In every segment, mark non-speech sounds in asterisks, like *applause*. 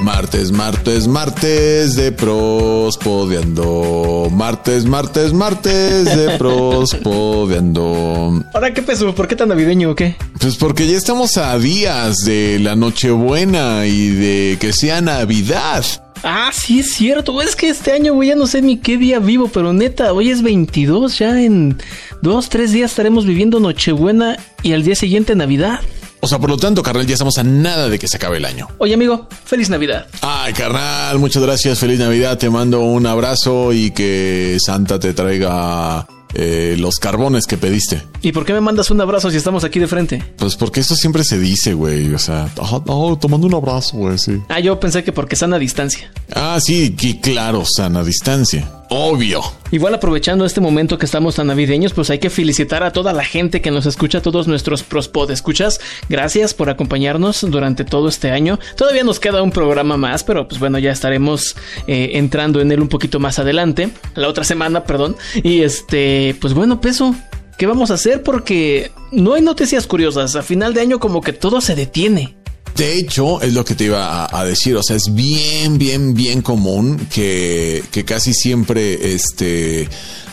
Martes, martes, martes de prospodeando. Martes, martes, martes de prospodeando. Ahora, ¿qué peso? ¿Por qué tan navideño o qué? Pues porque ya estamos a días de la Nochebuena y de que sea Navidad. Ah, sí, es cierto. Es que este año, güey, ya no sé ni qué día vivo, pero neta, hoy es 22. Ya en dos, tres días estaremos viviendo Nochebuena y al día siguiente Navidad. O sea, por lo tanto, carnal, ya estamos a nada de que se acabe el año. Oye, amigo, feliz Navidad. Ay, carnal, muchas gracias. Feliz Navidad. Te mando un abrazo y que Santa te traiga eh, los carbones que pediste. ¿Y por qué me mandas un abrazo si estamos aquí de frente? Pues porque eso siempre se dice, güey. O sea, ah, ah, tomando un abrazo, güey, sí. Ah, yo pensé que porque están a distancia. Ah, sí, y claro, sana distancia. Obvio. Igual aprovechando este momento que estamos tan navideños, pues hay que felicitar a toda la gente que nos escucha, a todos nuestros prospod escuchas. Gracias por acompañarnos durante todo este año. Todavía nos queda un programa más, pero pues bueno, ya estaremos eh, entrando en él un poquito más adelante, la otra semana, perdón. Y este, pues bueno, peso. ¿Qué vamos a hacer? Porque no hay noticias curiosas. A final de año como que todo se detiene. De hecho, es lo que te iba a, a decir. O sea, es bien, bien, bien común que, que casi siempre este.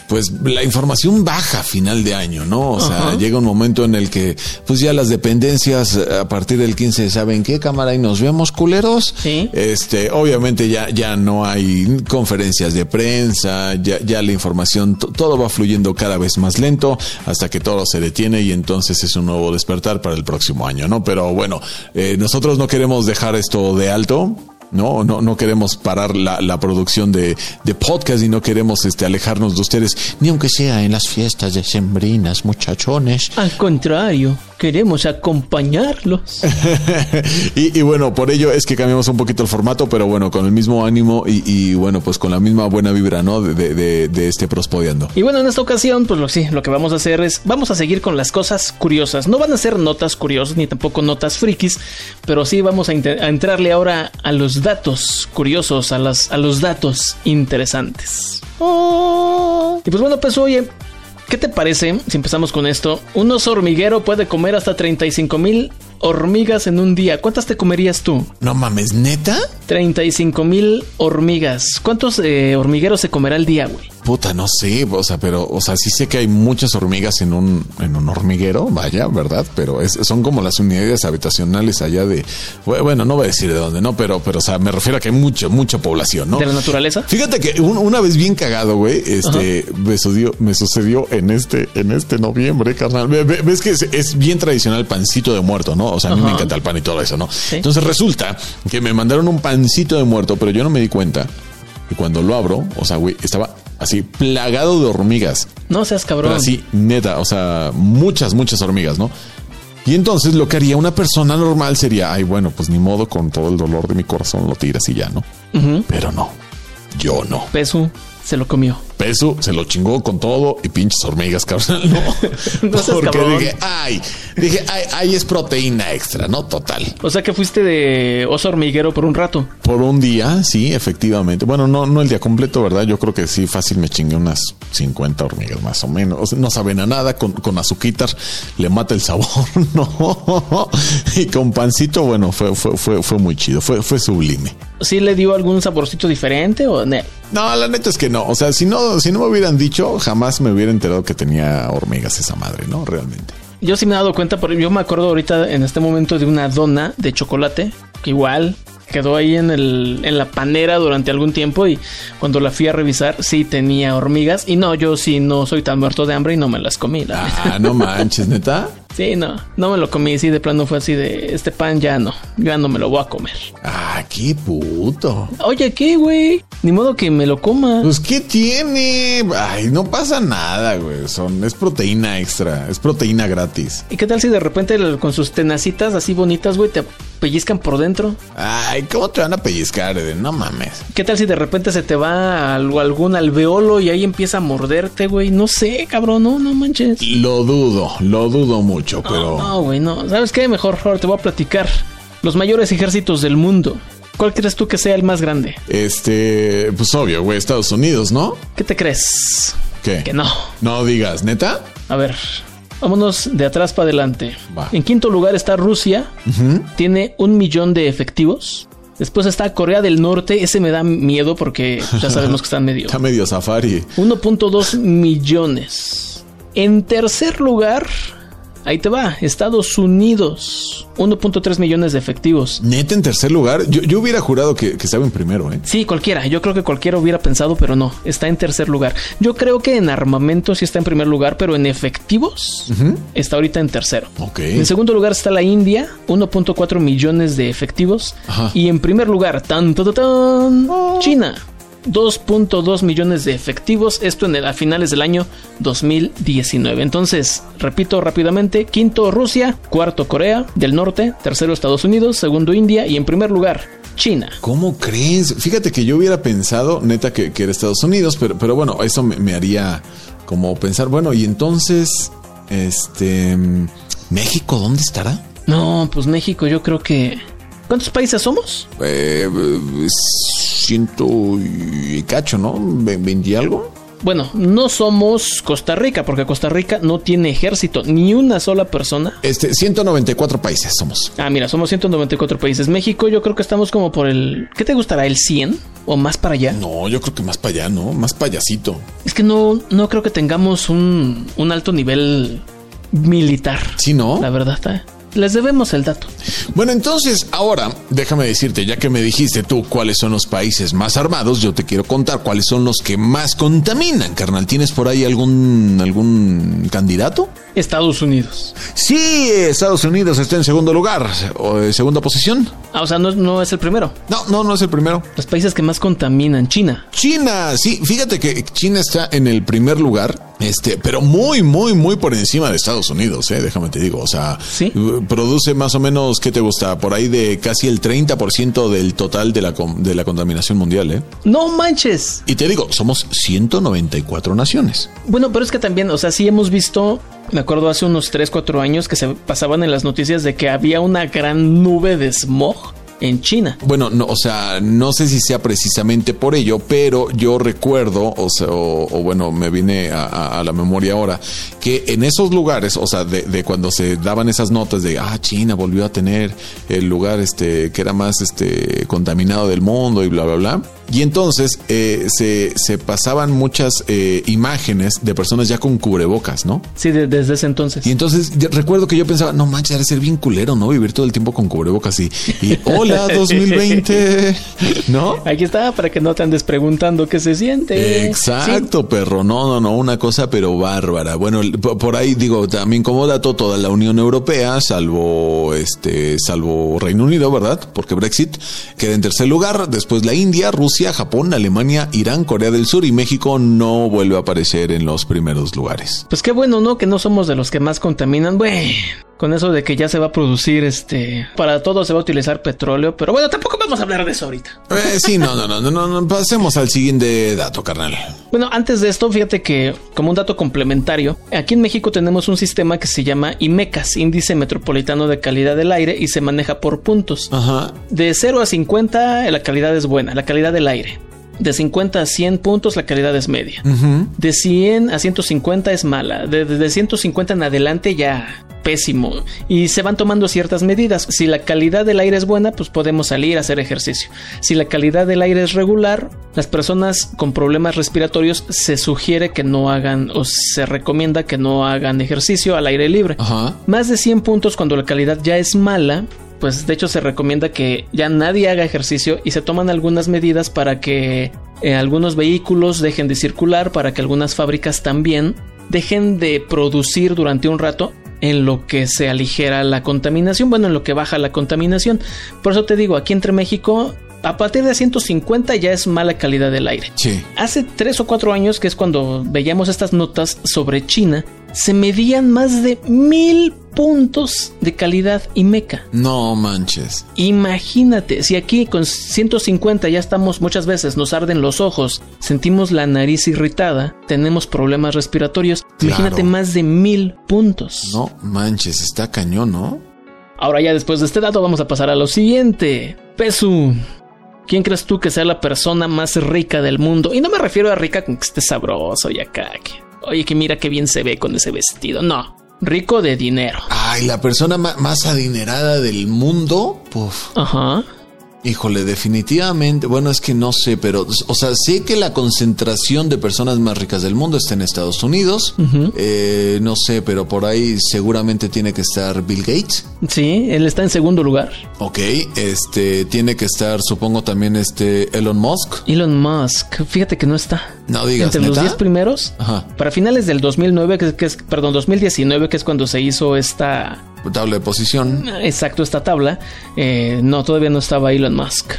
Pues la información baja a final de año, ¿no? O sea, Ajá. llega un momento en el que, pues ya las dependencias eh, a partir del 15 saben qué cámara y nos vemos culeros. Sí. Este, obviamente ya, ya no hay conferencias de prensa, ya, ya la información, to- todo va fluyendo cada vez más lento hasta que todo se detiene y entonces es un nuevo despertar para el próximo año, ¿no? Pero bueno, eh, nosotros no queremos dejar esto de alto. No, no, no queremos parar la, la producción de, de podcast y no queremos este, alejarnos de ustedes, ni aunque sea en las fiestas decembrinas, muchachones. Al contrario, queremos acompañarlos. *laughs* y, y bueno, por ello es que cambiamos un poquito el formato, pero bueno, con el mismo ánimo y, y bueno, pues con la misma buena vibra, ¿no? De, de- de- de este prospodeando. Y bueno, en esta ocasión, pues lo, sí, lo que vamos a hacer es, vamos a seguir con las cosas curiosas. No van a ser notas curiosas ni tampoco notas frikis, pero sí vamos a, inte- a entrarle ahora a los datos curiosos, a, las, a los datos interesantes. Y pues bueno, pues oye, ¿qué te parece si empezamos con esto? Un oso hormiguero puede comer hasta 35 mil hormigas en un día. ¿Cuántas te comerías tú? No mames, neta. 35 mil hormigas. ¿Cuántos eh, hormigueros se comerá al día, güey? Puta, no sé, o sea, pero, o sea, sí sé que hay muchas hormigas en un, en un hormiguero, vaya, ¿verdad? Pero es- son como las unidades habitacionales allá de, bu- bueno, no voy a decir de dónde, ¿no? Pero, pero, o sea, me refiero a que hay mucha, mucha población, ¿no? ¿De la naturaleza? Fíjate que un- una vez bien cagado, güey, este me sucedió, me sucedió en este, en este noviembre, carnal. Ve- ve- Ves que es, es bien tradicional pancito de muerto, ¿no? O sea, a mí me Ajá. encanta el pan y todo eso, ¿no? Entonces resulta que me mandaron un pancito de muerto, pero yo no me di cuenta. Y cuando lo abro, o sea, güey, estaba así plagado de hormigas. No seas cabrón. Pero así, neta, o sea, muchas, muchas hormigas, ¿no? Y entonces lo que haría una persona normal sería, ay, bueno, pues ni modo, con todo el dolor de mi corazón lo tiras y ya, ¿no? Ujú. Pero no, yo no. Pesu se lo comió. Peso se lo chingó con todo y pinches hormigas, cabrón. No, *laughs* No seas porque cabrón. dije, ay, dije, ay, ay, es proteína extra, ¿no? Total. O sea que fuiste de oso hormiguero por un rato. Por un día, sí, efectivamente. Bueno, no, no el día completo, ¿verdad? Yo creo que sí, fácil me chingué unas 50 hormigas más o menos. O sea, no saben a nada, con, con azuquitar le mata el sabor, *laughs* ¿no? Y con pancito, bueno, fue, fue, fue, fue muy chido, fue, fue sublime. ¿Sí le dio algún saborcito diferente o ne? No, la neta es que no. O sea, si no no, si no me hubieran dicho, jamás me hubiera enterado que tenía hormigas esa madre, ¿no? Realmente. Yo sí me he dado cuenta, pero yo me acuerdo ahorita en este momento de una dona de chocolate, que igual quedó ahí en, el, en la panera durante algún tiempo y cuando la fui a revisar sí tenía hormigas y no, yo sí no soy tan muerto de hambre y no me las comí. La Ah, no manches, neta. Sí, no, no me lo comí, sí, de plano fue así de, este pan ya no, ya no me lo voy a comer. Ah, qué puto. Oye, ¿qué, güey? Ni modo que me lo coma. Pues, ¿qué tiene? Ay, no pasa nada, güey. Son, es proteína extra, es proteína gratis. ¿Y qué tal si de repente el- con sus tenacitas así bonitas, güey, te pellizcan por dentro? Ay, ¿cómo te van a pellizcar, Eden? No mames. ¿Qué tal si de repente se te va al- algún alveolo y ahí empieza a morderte, güey? No sé, cabrón, no, no manches. Lo dudo, lo dudo mucho, pero... No, güey, no. ¿Sabes qué? Mejor, ahora te voy a platicar. Los mayores ejércitos del mundo. ¿Cuál crees tú que sea el más grande? Este, pues obvio, güey, Estados Unidos, ¿no? ¿Qué te crees? ¿Qué? Que no. No digas, ¿neta? A ver, vámonos de atrás para adelante. Va. En quinto lugar está Rusia. Tiene un millón de efectivos. Después está Corea del Norte. Ese me da miedo porque ya sabemos que están medio. *laughs* Está medio safari. 1.2 millones. En tercer lugar, ahí te va, Estados Unidos. 1.3 millones de efectivos. Neta en tercer lugar. Yo, yo hubiera jurado que, que estaba en primero, ¿eh? Sí, cualquiera. Yo creo que cualquiera hubiera pensado, pero no. Está en tercer lugar. Yo creo que en armamento sí está en primer lugar, pero en efectivos está ahorita en tercero. Ok. En segundo lugar está la India, 1.4 millones de efectivos. Ajá. Ah. Y en primer lugar, tan, tan, tan, tan, China, 2.2 millones de efectivos. Esto en el- a finales del año 2019. Entonces, repito rápidamente: quinto, Rusia, cuarto, Corea del Norte, tercero, Estados Unidos, segundo, India y en primer lugar, China. ¿Cómo crees? Fíjate que yo hubiera pensado, neta, que, que era Estados Unidos, pero, pero bueno, eso me, me haría como pensar, bueno, y entonces, este, mm, México, ¿dónde estará? No, pues México, yo creo que. ¿Cuántos países somos? Eh, eh, ciento y cacho, ¿no? Ve- ¿Veintí algo? Bueno, no somos Costa Rica, porque Costa Rica no tiene ejército, ni una sola persona. Este, 194 países somos. Ah, mira, somos 194 países. México, yo creo que estamos como por el. ¿Qué te gustará? ¿El 100 o más para allá? No, yo creo que más para allá, ¿no? Más payasito. Es que no, no creo que tengamos un, un alto nivel militar. Sí, ¿no? La verdad, ¿eh? les debemos el dato. Bueno, entonces ahora déjame decirte, ya que me dijiste tú cuáles son los países más armados, yo te quiero contar cuáles son los que más contaminan, carnal. ¿Tienes por ahí algún algún candidato? Estados Unidos. Sí, Estados Unidos está en segundo lugar, o eh, segunda posición. Ah, o sea, no, no es el primero. No, no, no es el primero. Los países que más contaminan, China. China, sí, fíjate que China está en el primer lugar, este, pero muy, muy, muy por encima de Estados Unidos, eh, déjame te digo, o sea, Sí. eh, produce más o menos, ¿qué te gusta? Por ahí de casi el 30% del total de la, con- de la contaminación mundial, ¿eh? No manches. Y te digo, somos 194 naciones. Bueno, pero es que también, o sea, sí hemos visto, me acuerdo hace unos 3, 4 años que se pasaban en las noticias de que había una gran nube de smog en China. Bueno, no, o sea, no sé si sea precisamente por ello, pero yo recuerdo, o sea, o, o bueno, me viene a, a- a la memoria ahora, que en esos lugares, o sea, de, de cuando se daban esas notas de, ah, China volvió a tener el lugar este que era más este contaminado del mundo y bla, bla, bla. Y entonces eh, se, se pasaban muchas eh, imágenes de personas ya con cubrebocas, ¿no? Sí, de- desde ese entonces. Y entonces yo recuerdo que yo pensaba, no manches, debe ser bien culero, ¿no? Vivir todo el tiempo con cubrebocas y, y hola 2020, ¿no? Aquí está, para que no te andes preguntando qué se siente. Exacto, perro. No, no, no, una cosa pero bárbara. Bueno, el- po- por ahí digo, también como dato, toda la Unión Europea, salvo este, salvo Reino Unido, ¿verdad? Porque Brexit queda en tercer lugar, después la India, Rusia, Japón, Alemania, Irán, Corea del Sur y México no vuelve a aparecer en los primeros lugares. Sí. Pues qué bueno, ¿no? Que no somos de los que más contaminan. Bueno, con eso de que ya se va a producir este... Para todo se va a utilizar petróleo, pero bueno, tampoco vamos a hablar de eso ahorita. Eh, sí, no, no, no, no, no, no, pasemos al siguiente dato, carnal. Bueno, antes de esto, fíjate que como un dato complementario, aquí en México tenemos un sistema que se llama E IMECAS, Índice Metropolitano de Calidad del Aire, y se maneja por puntos. Ajá. De 0 a 50 la calidad es buena, la calidad del aire. De 50 a 100 puntos la calidad es media. De 100 a 150 es mala. De, de- de 150 en adelante ya pésimo y se van tomando ciertas medidas. Si la calidad del aire es buena, pues podemos salir a hacer ejercicio. Si la calidad del aire es regular, las personas con problemas respiratorios se sugiere que no hagan o se recomienda que no hagan ejercicio al aire libre. Ajá. Más de 100 puntos cuando la calidad ya es mala, pues de hecho se recomienda que ya nadie haga ejercicio y se toman algunas medidas para que eh, algunos vehículos dejen de circular, para que algunas fábricas también dejen de producir durante un rato en lo que se aligera la contaminación, bueno, en lo que baja la contaminación. Por eso te digo, aquí entre México, a partir de 150 ya es mala calidad del aire. Sí. Hace tres o cuatro años, que es cuando veíamos estas notas sobre China, se medían más de mil puntos de calidad IMECA. No manches. Imagínate, si aquí con 150 ya estamos muchas veces, nos arden los ojos, sentimos la nariz irritada, tenemos problemas respiratorios, imagínate Claro. más de mil puntos. No manches, está cañón, ¿no? Ahora ya después de este dato vamos a pasar a lo siguiente. Pesu. ¿Quién crees tú que sea la persona más rica del mundo? Y no me refiero a rica con que esté sabroso y acá. que- oye, que mira qué bien se ve con ese vestido. No, rico de dinero. Ay, la persona ma- más adinerada del mundo. Puf. Ajá. Híjole, definitivamente. Bueno, es que no sé, pero, o sea, sé que la concentración de personas más ricas del mundo está en Estados Unidos. Eh, no sé, pero por ahí seguramente tiene que estar Bill Gates. Sí, él está en segundo lugar. Ok, este tiene que estar, supongo también este Elon Musk. Elon Musk, fíjate que no está. No digas, Entre los ¿neta? 10 primeros. Ajá. Para finales del 2009, que, es- que es, perdón, 2019, que es cuando se hizo esta, Tabla de posición. exacto, esta tabla, eh, no, todavía no estaba Elon Musk.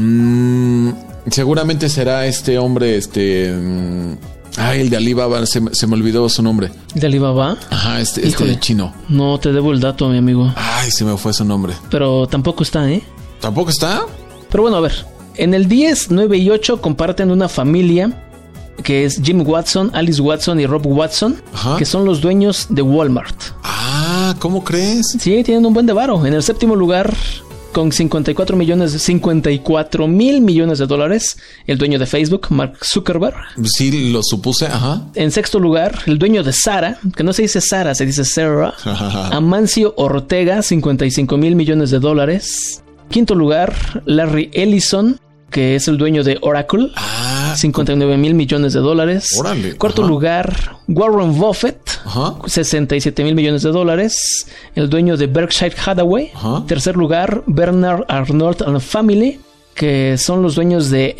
Mm, seguramente será este hombre, este. mm, ay, el de Alibaba, se, me- se me olvidó su nombre. ¿De Alibaba? Ajá, este, este Híjole. de chino. No, te debo el dato, mi amigo. Ay, se me fue su nombre. Pero tampoco está, ¿eh? ¿Tampoco está? Pero bueno, a ver. En el 10, 9 y 8 comparten una familia que es Jim Watson, Alice Watson y Rob Watson, Ajá. que son los dueños de Walmart. Ah, ¿cómo crees? Sí, tienen un buen de varo. En el séptimo lugar, con 54 millones, 54 mil millones de dólares, el dueño de Facebook, Mark Zuckerberg. Sí, lo supuse, *laughs* ajá. En sexto lugar, el dueño de Sara, que no se dice Sara, se dice Sarah. Ah, Amancio Ortega, 55 mil millones de dólares. Quinto lugar, Larry Ellison, que es el dueño de Oracle, Ah, 59 mil millones de dólares. Órale, Cuarto ajá. lugar, Warren Buffett, Ajá. 67 mil millones de dólares. El dueño de Berkshire Hathaway. Ajá. Tercer lugar, Bernard Arnold and Family, que son los dueños de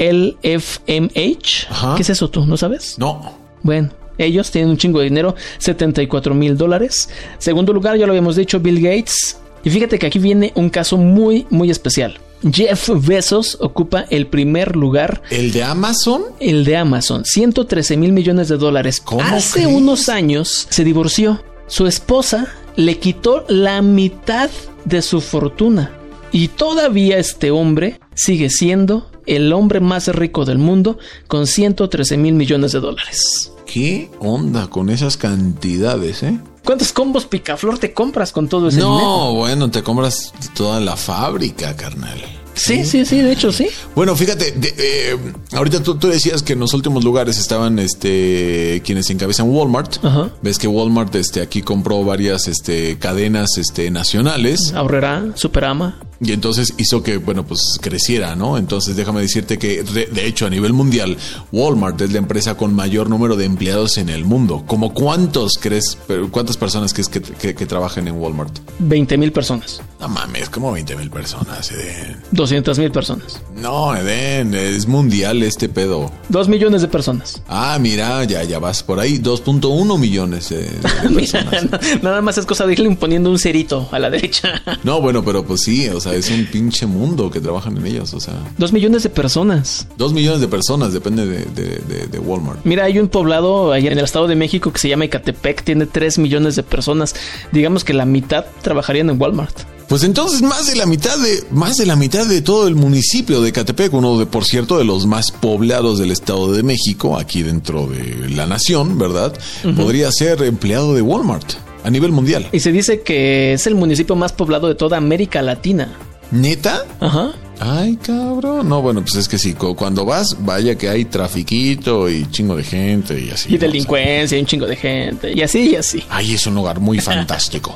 LFMH. Ajá. ¿Qué es eso tú? ¿No sabes? no. Bueno, ellos tienen un chingo de dinero, 74 mil dólares. Segundo lugar, ya lo habíamos dicho, Bill Gates. Y fíjate que aquí viene un caso muy, muy especial. Jeff Bezos ocupa el primer lugar, ¿El de Amazon? el de Amazon, 113 mil millones de dólares. ¿Cómo Hace crees? unos años se divorció. Su esposa le quitó la mitad de su fortuna. Y todavía este hombre sigue siendo el hombre más rico del mundo con 113 mil millones de dólares. ¿Qué onda con esas cantidades, eh? ¿Cuántos combos picaflor te compras con todo ese dinero? No, bueno, te compras toda la fábrica, carnal. Sí, sí, sí, de hecho sí. Bueno, fíjate, de- eh, ahorita tú, tú decías que en los últimos lugares estaban este quienes encabezan Walmart. Ajá. Ves que Walmart este aquí compró varias este cadenas este nacionales Ahorrera, Superama. y entonces hizo que bueno, pues creciera, ¿no? Entonces déjame decirte que de, de hecho a nivel mundial Walmart es la empresa con mayor número de empleados en el mundo. ¿Cómo cuántos crees pero cuántas personas crees que, que- que trabajan en Walmart? 20 mil personas. No mames, como 20 mil personas, Eden. 200 mil personas. No, Eden, es mundial este pedo. 2 millones de personas. Ah, mira, ya, ya vas por ahí. 2.1 millones eh, de *laughs* Mira, personas. *laughs* nada más es cosa de irle imponiendo un cerito a la *laughs* derecha. No, bueno, pero pues sí, o sea, es un pinche mundo que trabajan en ellos. O sea, 2 millones de personas. 2 millones de personas, depende de, de- de- de Walmart. Mira, hay un poblado allá en el Estado de México que se llama Ecatepec, tiene 3 millones de personas. Digamos que la mitad trabajarían en Walmart. Pues entonces más de la mitad de, más de la mitad de todo el municipio de Catepec, uno de, por cierto, de los más poblados del Estado de México, aquí dentro de la nación, ¿verdad? Podría ser empleado de Walmart a nivel mundial. Y se dice que es el municipio más poblado de toda América Latina. ¿Neta? Ajá. Ay, cabrón. No, bueno, pues es que sí, cu- cuando vas, vaya que hay trafiquito y chingo de gente y así. Y ¿no? delincuencia, y un chingo de gente. Y así, y así. Ay, es un lugar muy fantástico.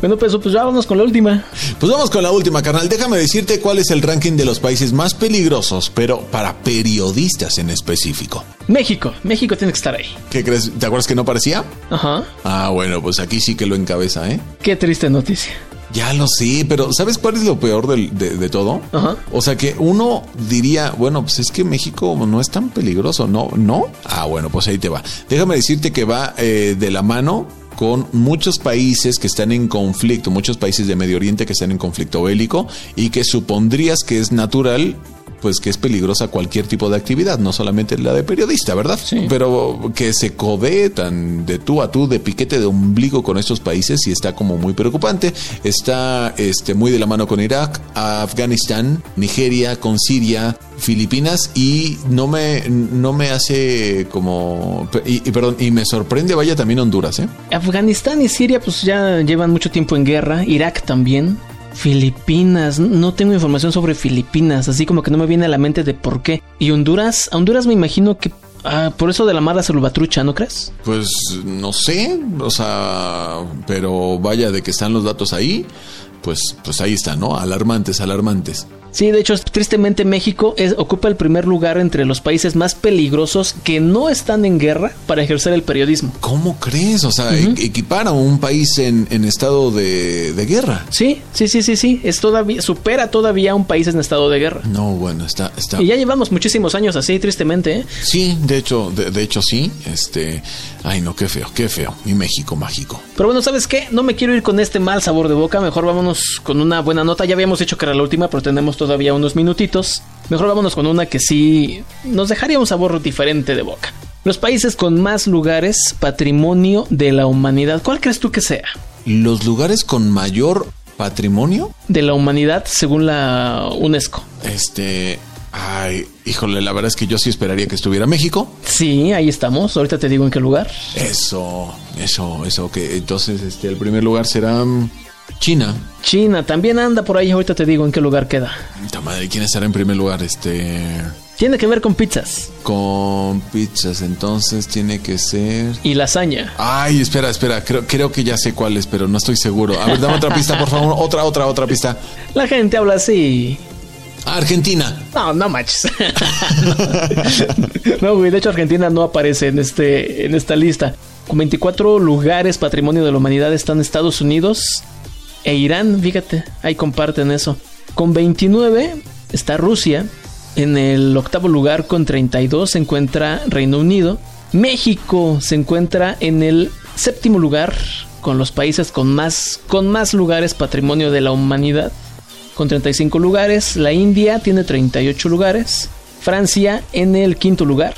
Bueno, pues, pues ya vamos con la última. Pues vamos con la última, carnal. Déjame decirte cuál es el ranking de los países más peligrosos, pero para periodistas en específico. México. México tiene que estar ahí. ¿Qué crees? ¿Te acuerdas que no parecía? Ajá. Ah, bueno, pues aquí sí que lo encabeza, ¿eh? Qué triste noticia. Ya lo sé, pero ¿sabes cuál es lo peor del- de, de todo? Ajá. O sea que uno diría, bueno, pues es que México no es tan peligroso, ¿no? ¿No? Ah, bueno, pues ahí te va. Déjame decirte que va eh, de la mano con muchos países que están en conflicto, muchos países de Medio Oriente que están en conflicto bélico y que supondrías que es natural. Pues que es peligrosa cualquier tipo de actividad, no solamente la de periodista, ¿verdad? Sí. Pero que se codee tan de tú a tú, de piquete de ombligo con estos países y está como muy preocupante. Está este, muy de la mano con Irak, Afganistán, Nigeria, con Siria, Filipinas y no me, no me hace como... Y, y perdón, y me sorprende, vaya también Honduras, ¿eh? Afganistán y Siria, pues ya llevan mucho tiempo en guerra. Irak también. Filipinas, no tengo información sobre Filipinas, así como que no me viene a la mente de por qué. Y Honduras, a Honduras me imagino que ah, por eso de la mala salvatrucha, ¿no crees? Pues no sé, o sea, pero vaya de que están los datos ahí, pues, pues ahí están, ¿no? Alarmantes, alarmantes. Sí, de hecho, tristemente México es- ocupa el primer lugar entre los países más peligrosos que no están en guerra para ejercer el periodismo. ¿Cómo crees? O sea, e- equipar a un país en, en estado de, de guerra. Sí, sí, sí, sí, sí, es todavía, supera todavía a un país en estado de guerra. No, bueno, está, está. Y ya llevamos muchísimos años así, tristemente, ¿eh? Sí, de hecho, de, de hecho sí. Este, ay no, qué feo, qué feo. Mi México mágico. Pero bueno, ¿sabes qué? No me quiero ir con este mal sabor de boca. Mejor vámonos con una buena nota. Ya habíamos dicho que era la última, pero tenemos todavía unos minutitos. Mejor vámonos con una que sí nos dejaría un sabor diferente de boca. Los países con más lugares patrimonio de la humanidad. ¿Cuál crees tú que sea? Los lugares con mayor patrimonio, De la humanidad según la UNESCO. este, ay, híjole, la verdad es que yo sí esperaría que estuviera México. Sí, ahí estamos. Ahorita te digo en qué lugar. Eso, eso, eso. Que entonces, este, el primer lugar será mm, China. China también anda por ahí. Ahorita te digo en qué lugar queda. Puta madre, ¿quién estará en primer lugar? Este, Tiene que ver con pizzas con pizzas. Entonces tiene que ser. y lasaña. Ay, espera, espera, creo, creo que ya sé cuál es, pero no estoy seguro. A ver, dame otra pista, por favor. Otra, otra, otra pista. La gente habla así. Argentina. No, no manches. *laughs* no, güey, de hecho Argentina no aparece en este en esta lista. Con 24 lugares patrimonio de la humanidad están Estados Unidos e Irán, fíjate, ahí comparten eso. Con 29 está Rusia, en el octavo lugar con 32 se encuentra Reino Unido. México se encuentra en el séptimo lugar con los países con más con más lugares patrimonio de la humanidad con 35 lugares. La India tiene 38 lugares. Francia en el quinto lugar.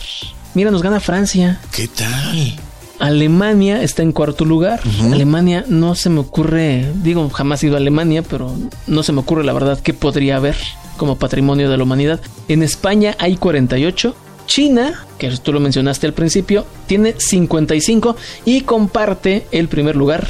Mira, nos gana Francia. ¿Qué tal? Alemania está en cuarto lugar. Alemania no se me ocurre, digo, jamás he ido a Alemania, pero no se me ocurre la verdad qué podría haber como patrimonio de la humanidad. En España hay 48. China, que tú lo mencionaste al principio, tiene 55 y comparte el primer lugar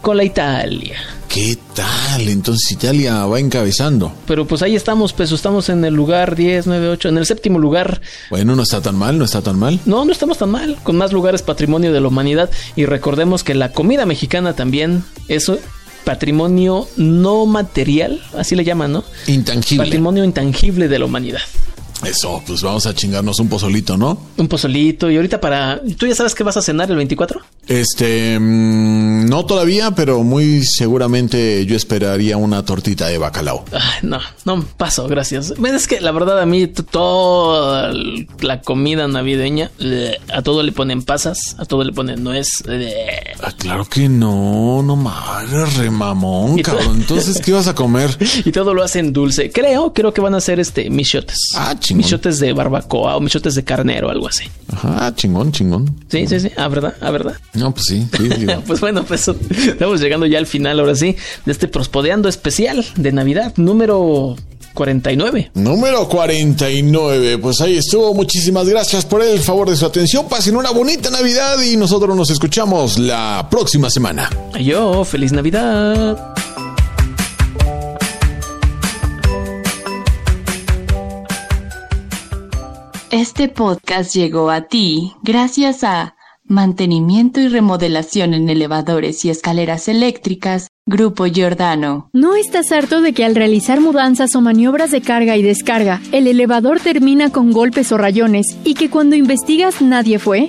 con la Italia. ¿Qué tal? Entonces Italia va encabezando. Pero pues ahí estamos, peso. Estamos en el lugar 10, 9, 8, en el séptimo lugar. Bueno, no está tan mal, no está tan mal. No, no estamos tan mal. Con más lugares patrimonio de la humanidad. Y recordemos que la comida mexicana también es patrimonio no material, así le llaman, ¿no? Intangible. Patrimonio intangible de la humanidad. Eso, pues vamos a chingarnos un pozolito, ¿no? Un pozolito. Y ahorita para. ¿Tú ya sabes qué vas a cenar el 24? Este, mm, no todavía, pero muy seguramente yo esperaría una tortita de bacalao. Ay, no, no paso, gracias. Ven, Es que la verdad a mí t- toda la comida navideña, bleh, a todo le ponen pasas, a todo le ponen nuez. bleh. Ah, claro que no, no mames, remamón, ¿Y tú? cabrón. Entonces, ¿qué vas a comer? Y todo lo hacen dulce. Creo, creo que van a hacer este michotes. Ah, chingón. Michotes de barbacoa o michotes de carnero, algo así. Ajá, chingón, chingón. Sí, sí, sí. Ah, ¿verdad? Ah, ¿verdad? No, pues sí, sí, digo. *laughs* Pues bueno, pues estamos llegando ya al final, ahora sí, de este prospodeando especial de Navidad número 49. *laughs* Número 49, pues ahí estuvo. Muchísimas gracias por el favor de su atención. Pasen una bonita Navidad y nosotros nos escuchamos la próxima semana. Yo, feliz Navidad. Este podcast llegó a ti gracias a Mantenimiento y remodelación en elevadores y escaleras eléctricas, Grupo Giordano. ¿No estás harto de que al realizar mudanzas o maniobras de carga y descarga, el elevador termina con golpes o rayones y que cuando investigas nadie fue?